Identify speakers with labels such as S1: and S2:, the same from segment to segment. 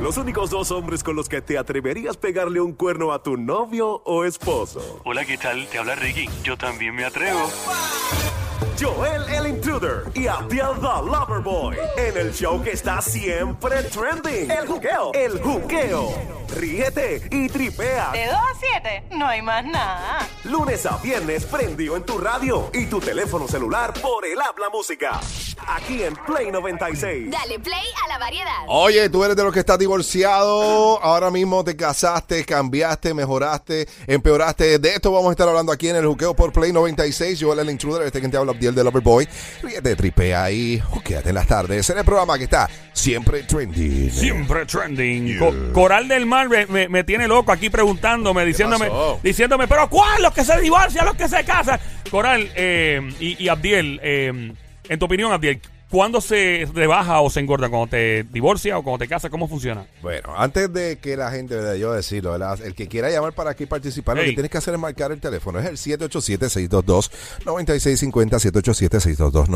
S1: Los únicos dos hombres con los que te atreverías pegarle un cuerno a tu novio o esposo.
S2: Hola, ¿qué tal? Te habla Ricky. Yo también me atrevo.
S1: Joel el Intruder y Abdiel the Loverboy. En el show que está siempre trending. El juqueo. El juqueo. Ríete y tripea.
S3: De 2 a 7, no hay más nada.
S1: Lunes a viernes prendido en tu radio y tu teléfono celular por el habla música. Aquí en Play 96.
S4: Dale play a la variedad.
S5: Oye, tú eres de los que estás divorciado, ahora mismo te casaste, cambiaste, mejoraste, empeoraste. De esto vamos a estar hablando aquí en el Juqueo por Play 96. Yo, el intruder, este que te habla, Abdiel de Loverboy. Ríete, tripea y juqueate en las tardes. En el programa que está siempre trending.
S6: Siempre trending. Co- Coral del Mar me, me- me tiene loco aquí preguntándome, diciéndome,
S5: pasó?
S6: diciéndome, pero ¿cuál? Los que se divorcian, los que se casan. Coral eh, y, y Abdiel, eh, en tu opinión, Abdiel, ¿cuándo se rebaja o se engorda? ¿Cuando te divorcias o cuando te casas? ¿Cómo funciona?
S5: Bueno, antes de que la gente, ¿verdad? yo decirlo, ¿verdad? el que quiera llamar para aquí participar, lo
S6: Ey.
S5: que tienes que hacer es marcar el teléfono. Es el 787-622-9650,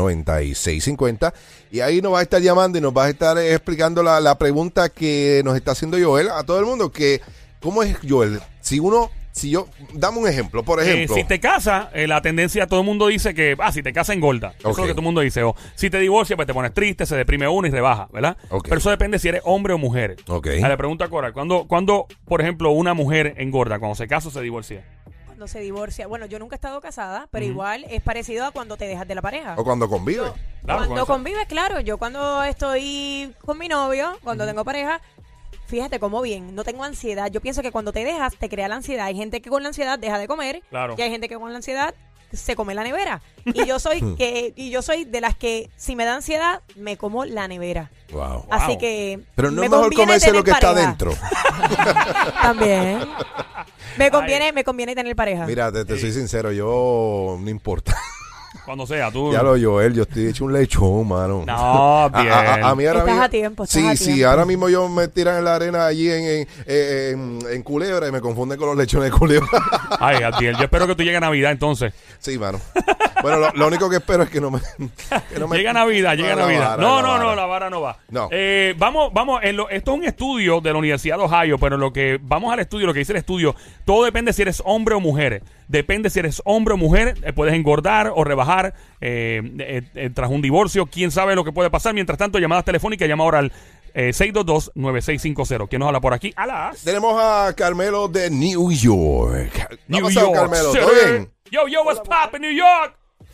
S5: 787-622-9650. Y ahí nos va a estar llamando y nos va a estar eh, explicando la, la pregunta que nos está haciendo Joel a todo el mundo, que ¿cómo es Joel? Si uno, si yo, dame un ejemplo, por
S6: Eh,
S5: ejemplo.
S6: si te casas, eh, la tendencia, todo el mundo dice que, ah, si te casas engorda. Eso es
S5: Ok.
S6: lo que todo el mundo dice. O si te divorcias, pues te pones triste, se deprime uno y rebaja, ¿verdad?
S5: Ok.
S6: Pero eso depende si eres hombre o mujer. Ah,
S5: Ok.
S6: A la pregunta Coral, ¿cuándo, ¿cuándo, por ejemplo, una mujer engorda? Cuando se casa o se divorcia.
S7: Cuando se divorcia. Bueno, yo nunca he estado casada, pero igual es parecido a cuando te dejas de la pareja.
S5: O cuando convive.
S6: Claro,
S7: cuando
S6: con
S7: convives, claro. Yo cuando estoy con mi novio, cuando tengo pareja, fíjate cómo bien, no tengo ansiedad. Yo pienso que cuando te dejas, te crea la ansiedad. Hay gente que con la ansiedad deja de comer.
S6: Claro.
S7: Y hay gente que con la ansiedad se come la nevera. Y yo
S6: Hmm.
S7: soy que, y yo soy de las que si me da ansiedad, me como la nevera.
S5: Wow.
S7: Así que.
S5: Pero no
S7: me
S5: es mejor
S7: conviene
S5: comerse
S7: tener
S5: lo que está
S7: pareja.
S5: dentro.
S7: También. Me conviene, me conviene tener pareja.
S5: Mira, te, te soy sincero, yo no importa.
S6: eso. Cuando sea, tú.
S5: Ya lo Joel, yo estoy hecho un lechón, mano.
S6: No,
S5: A,
S6: bien.
S5: a- a mí ahora
S7: Estás
S5: mismo-
S7: a tiempo, estás
S5: sí,
S7: a
S5: sí,
S7: tiempo.
S5: ahora mismo yo me tiran en la arena allí en, en, en- en Culebra y me confunden con los lechones de Culebra.
S6: Ay, Abdiel, yo espero que tú llegues a Navidad entonces.
S5: sí, mano. Bueno, lo, lo único que espero es que no me... que no me-
S6: llega Navidad, llega
S5: No, la
S6: Navidad.
S5: vara,
S6: no,
S5: la
S6: no, no,
S5: vara.
S6: la vara no va.
S5: No.
S6: Eh, vamos, vamos, en lo- esto es un estudio de la Universidad de Ohio, pero lo que vamos al estudio, lo que dice el estudio, todo depende si eres hombre o mujer. Depende si eres hombre o mujer, eh, puedes engordar o rebajar eh, eh, eh, tras un divorcio. Quién sabe lo que puede pasar. Mientras tanto, llamadas telefónicas, llama ahora al eh, 622-9650. ¿Quién nos habla por aquí? Alas.
S5: Tenemos a Carmelo de New York. ¿Qué ha
S6: New
S5: pasado,
S6: York
S5: Carmelo? ¿Todo
S6: City.
S5: bien?
S6: Yo, yo, what's up in New York?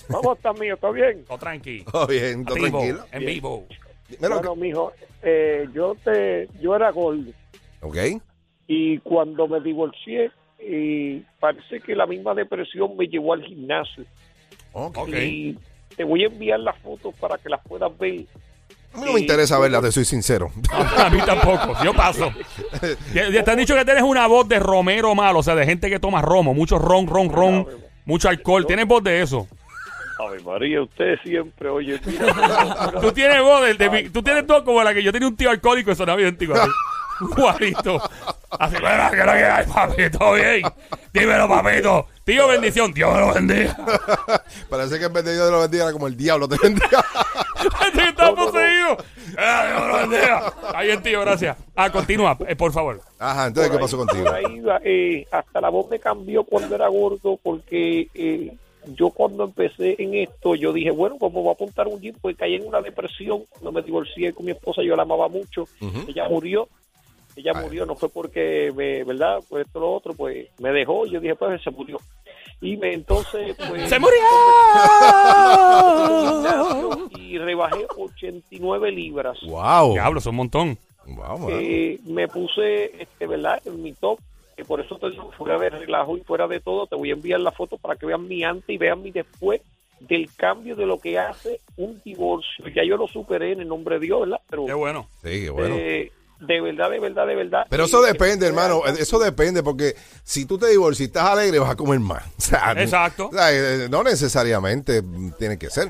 S8: Vamos, está mío, ¿todo bien?
S6: Todo tranqui.
S5: Todo bien, todo
S6: Activo,
S5: tranquilo.
S6: En vivo.
S5: Dímelo.
S8: Bueno, mijo, eh, yo te, yo era gordo
S5: Ok.
S8: y cuando me divorcié y parece que la misma depresión me llevó al gimnasio
S5: Ok.
S6: Ok.
S8: y te voy a enviar las fotos para que las puedas ver.
S5: A mí no me interesa verla, te soy sincero.
S6: A mí tampoco, yo paso. Ya, ya te han dicho que tienes una voz de romero malo, o sea, de gente que toma romo, mucho ron, ron, ron, mucho alcohol. Tienes voz de eso.
S8: A ver, María, usted siempre, oye, mira,
S6: Tú tienes voz de. de mi- tú tienes todo como la que yo tenía un tío alcohólico y sonaba idéntico. a ti. Igualito. Así, bueno, que lo que hay, papito, bien. Dímelo, papito. Tío, bendición. Dios me lo bendiga.
S5: Parece que en vez de Dios te lo bendiga, era como el diablo te bendiga.
S6: Este que está poseído. Eh, Dios me lo bendiga. Ahí el tío, gracias. Ah, continúa, eh, por favor.
S5: Ajá, entonces, ¿qué pasó contigo?
S8: Por ahí va, eh, hasta la voz me cambió cuando era gordo porque eh, yo cuando empecé en esto, yo dije, bueno, como voy a apuntar un tiempo y caí en una depresión, no me divorcié con mi esposa, yo la amaba mucho, ella murió, ella murió, no fue porque, me, ¿verdad? Pues esto lo otro, pues me dejó, yo dije, pues se murió. Y me, entonces, pues...
S6: ¡Se murió!
S8: Y rebajé 89 libras.
S5: Wow.
S6: Diablo, son un montón.
S5: Wow, mano.
S8: Eh, me puse, este, ¿verdad? En mi top. que por eso te digo, fuera de relajo y fuera de todo, te voy a enviar la foto para que vean mi antes y vean mi después del cambio de lo que hace un divorcio. Ya yo lo superé en el nombre de Dios, ¿verdad?
S5: Oh.
S8: Pero
S6: Qué bueno.
S5: Sí, qué bueno.
S8: eh, de verdad, de verdad, de verdad.
S5: Pero eso
S8: eh,
S5: depende,
S8: eh,
S5: hermano. Eso depende, porque si tú te divorcias y estás alegre, vas a comer más. O sea,
S6: Exacto.
S5: o sea, eh, no necesariamente tiene que ser.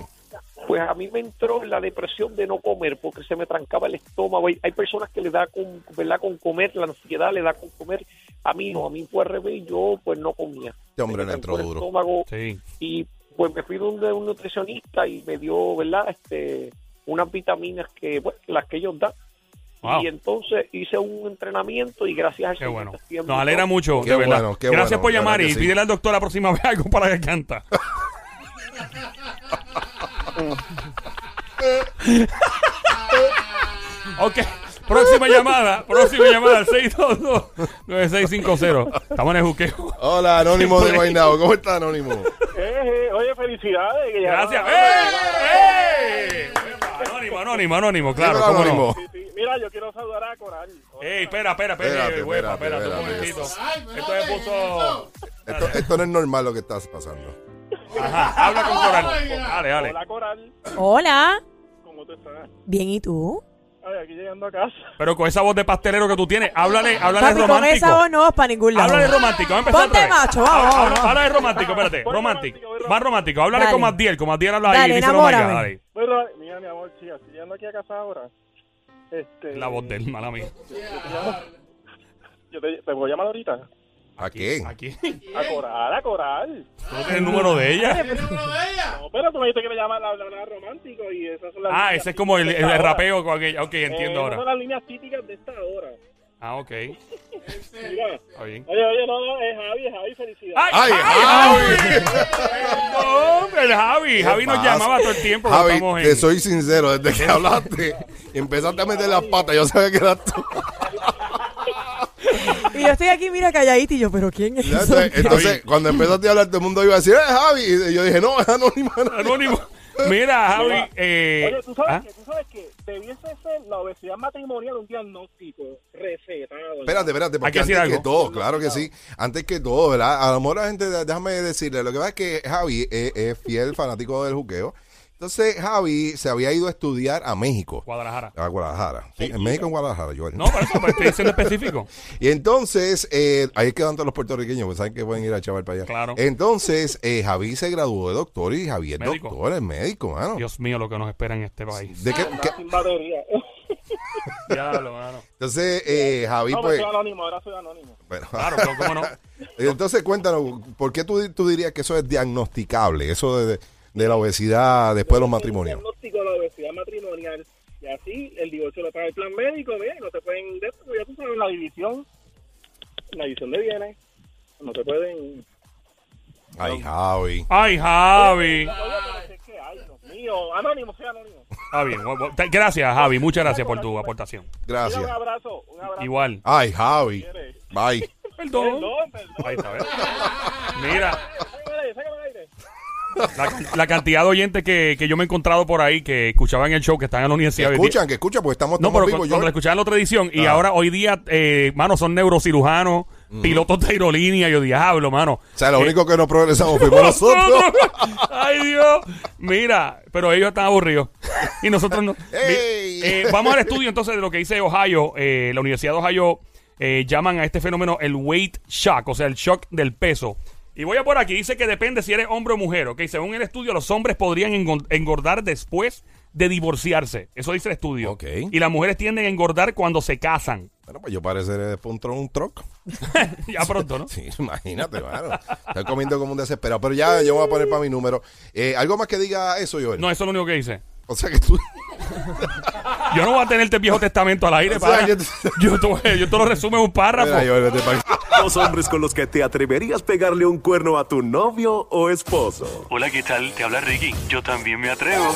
S8: Pues a mí me entró la depresión de no comer porque se me trancaba el estómago. Hay hay personas que le da con, ¿verdad? con comer, la ansiedad le da con comer. A mí no, a mí fue al revés y yo pues no comía.
S5: Este hombre
S8: Se me
S5: le entró
S8: trancó el
S5: duro.
S8: estómago
S6: Sí.
S8: y pues me fui donde un nutricionista y me dio, ¿verdad? Este, unas vitaminas que, bueno, las que ellos dan
S6: Wow.
S8: Y entonces hice un entrenamiento y gracias al
S6: Qué bueno.
S8: Señor, estoy en
S6: Nos
S8: mi
S6: alegra
S8: top.
S6: mucho,
S5: Qué
S6: de verdad.
S5: bueno, qué
S6: Gracias
S5: bueno,
S6: por
S5: de verdad
S6: llamar
S5: que
S6: y
S5: sí.
S6: pídele al doctor la próxima vez algo para que canta. ok. Próxima llamada, próxima llamada, 622-9650. Estamos en el juqueo.
S5: Hola, Anónimo de Guaynabo. ¿Cómo está, Anónimo?
S8: Eh, oye, felicidades. que ya-
S6: Gracias. ¡Eh! ¡Eh! Anónimo, anónimo, anónimo, claro.
S5: Dímelo,
S6: cómo no.
S5: Anónimo.
S8: Sí, sí. Mira, yo quiero saludar a Coral.
S6: Ey, espera, espera, espera,
S5: Espérate,
S6: ey, huepa,
S5: espérate,
S6: espérate, un
S5: espérate.
S6: momentito. Esto es puso.
S5: Esto, esto no es normal lo que está pasando.
S6: Ajá, habla con Coral. Dale, dale.
S8: Hola, Coral.
S7: Hola.
S8: ¿Cómo te estás?
S7: Bien, ¿y tú?
S8: Ay, aquí llegando a casa.
S6: Pero con esa voz de pastelero que tú tienes, háblale, háblale
S7: Papi, con
S6: romántico.
S7: esa o no vas para ningún lado.
S6: Habla de romántico, vamos a empezar
S7: Ponte
S6: otra vez.
S7: macho, vamos,
S6: Habla-
S7: vamos.
S6: Habla de romántico, espérate,
S8: Voy
S6: romántico.
S8: romántico, voy
S6: Más romántico, háblale
S7: Dale.
S6: con Matiel, con Matiel habla ahí,
S7: Dale,
S6: díselo Maica,
S7: enamórame.
S6: dale.
S8: Bueno, mira, mi amor, sí, estoy llegando aquí a casa ahora. Este,
S6: La voz del mala mía.
S8: Yo te, te voy a llamar ahorita.
S5: ¿A quién?
S6: Aquí.
S8: A Coral, a Coral.
S6: ¿Tú no tienes el número de ella?
S7: pues,
S8: No, pero tú me dijiste que me llamas la la romántico y esas son las
S6: Ah,
S8: líneas
S6: ese es como el,
S8: típicas
S6: el
S8: de esta hora.
S6: rapeo con aquella. Ok, entiendo
S8: Eh, esas son
S6: ahora.
S8: las líneas típicas de esta hora.
S6: Ah, ok.
S8: Mira.
S6: Está bien.
S8: Oye, oye, no, no, es Javi, es Javi, felicidades.
S5: ¡Ay, Javi!
S6: No, el Javi. Javi nos
S5: pasa?
S6: llamaba todo el tiempo. cuando
S5: Javi,
S6: estamos en-
S5: te soy sincero, desde que hablaste, empezaste a meter las patas, yo sabía que eras tú.
S7: Y yo estoy aquí, mira, calladita y yo, ¿pero quién es? eso?
S5: Entonces, entonces, cuando empezaste a hablar, todo el mundo iba a decir, ¡eh, Javi! Y yo dije, no, es anónimo.
S6: Anónimo. Mira, Javi. Eh,
S8: Oye, tú sabes
S6: ¿ah?
S8: que, tú sabes que debiese ser la obesidad matrimonial un diagnóstico recetado.
S5: Espérate, espérate,
S6: Hay que
S5: porque
S6: decir
S5: antes que
S6: algo.
S5: todo, claro que sí, antes que todo, ¿verdad? A lo mejor la gente, déjame decirle, lo que pasa es que Javi es, es fiel fanático del juqueo. Entonces, Javi se había ido a estudiar a México,
S6: Guadalajara.
S5: a Guadalajara. Sí, en México, en Guadalajara, Joel.
S6: No, por eso, pero estoy diciendo específico.
S5: Y entonces, eh, ahí quedan todos los puertorriqueños, pues saben que pueden ir a chaval para allá.
S6: Claro.
S5: Entonces, eh, Javi se graduó de doctor y Javier
S6: Médico.
S5: doctor, es médico, mano.
S6: Dios mío, lo que nos espera en este país.
S5: ¿De qué- qué-
S8: Sin batería.
S6: Diablo, mano.
S5: Entonces, eh, Javi,
S8: No, pues
S5: pues...
S8: soy anónimo, ahora soy anónimo.
S5: bueno.
S6: Claro, pero cómo no.
S5: Entonces, cuéntanos, ¿por qué tú, tú dirías que eso es diagnosticable? Eso de, de- de la obesidad después de los matrimonios.
S8: Un diagnóstico de la obesidad matrimonial. Y así el divorcio lo paga el plan médico, mira, y no te pueden, de- ya tú sabes, la división, la división de bienes, no te pueden...
S5: Ay, Javi.
S6: Ay, Javi.
S8: Oye, pero si es que hay, Dios mío, anónimo, soy anónimo.
S6: Está bien. bueno, bueno. Gracias, Javi. Muchas gracias por tu aportación.
S8: Mira,
S5: Gracias.
S8: un abrazo, un abrazo.
S6: Igual.
S5: Ay, Javi. Bye.
S6: Perdón.
S8: Perdón, perdón.
S6: Ahí está, ¿ves? Mira,
S8: Sácame el aire, sácame el aire.
S6: la, la cantidad de oyentes que, que yo me he encontrado por ahí que escuchaban el show, que están en la
S5: Que
S6: universidad.
S5: escuchan, que escuchan, porque estamos,
S6: No,
S5: estamos
S6: pero
S5: vivos.
S6: cuando, cuando
S5: George.
S6: la escuchaban la otra edición y
S5: Ah.
S6: ahora hoy día, eh, mano, son neurocirujanos, pilotos de aerolínea, yo diablo, mano.
S5: Mm. o sea, lo
S6: Eh,
S5: único que no progresamos fuimos nosotros.
S6: Ay, Dios. Mira, pero ellos están aburridos. Y nosotros no.
S5: Ey.
S6: Mi- eh, vamos al estudio entonces de lo que dice Ohio. eh, la Universidad de Ohio eh, llaman a este fenómeno el weight shock, o sea, el shock del peso. Y voy a por aquí. Dice que depende si eres hombre o mujer. Ok, según el estudio, los hombres podrían engon- engordar después de divorciarse. Eso dice el estudio.
S5: Ok.
S6: Y las mujeres tienden a engordar cuando se casan.
S5: bueno, pues yo pareceré después un, tron, un truck.
S6: ya pronto, ¿no?
S5: Sí, imagínate, mano. Estoy comiendo como un desesperado. Pero ya yo voy a poner para mi número. Eh, ¿Algo más que diga eso, Joel?
S6: No, eso es lo único que dice.
S5: O sea que tú...
S6: Yo no voy a tener el viejo testamento al aire.
S5: O sea,
S6: para.
S5: que
S6: Yo,
S5: tú-
S6: te, yo te lo resumo en un párrafo.
S5: Mira, Joel, vete para
S1: Los hombres con los que te atreverías pegarle un cuerno a tu novio o esposo.
S2: Hola, ¿qué tal? Te habla Ricky. Yo también me atrevo.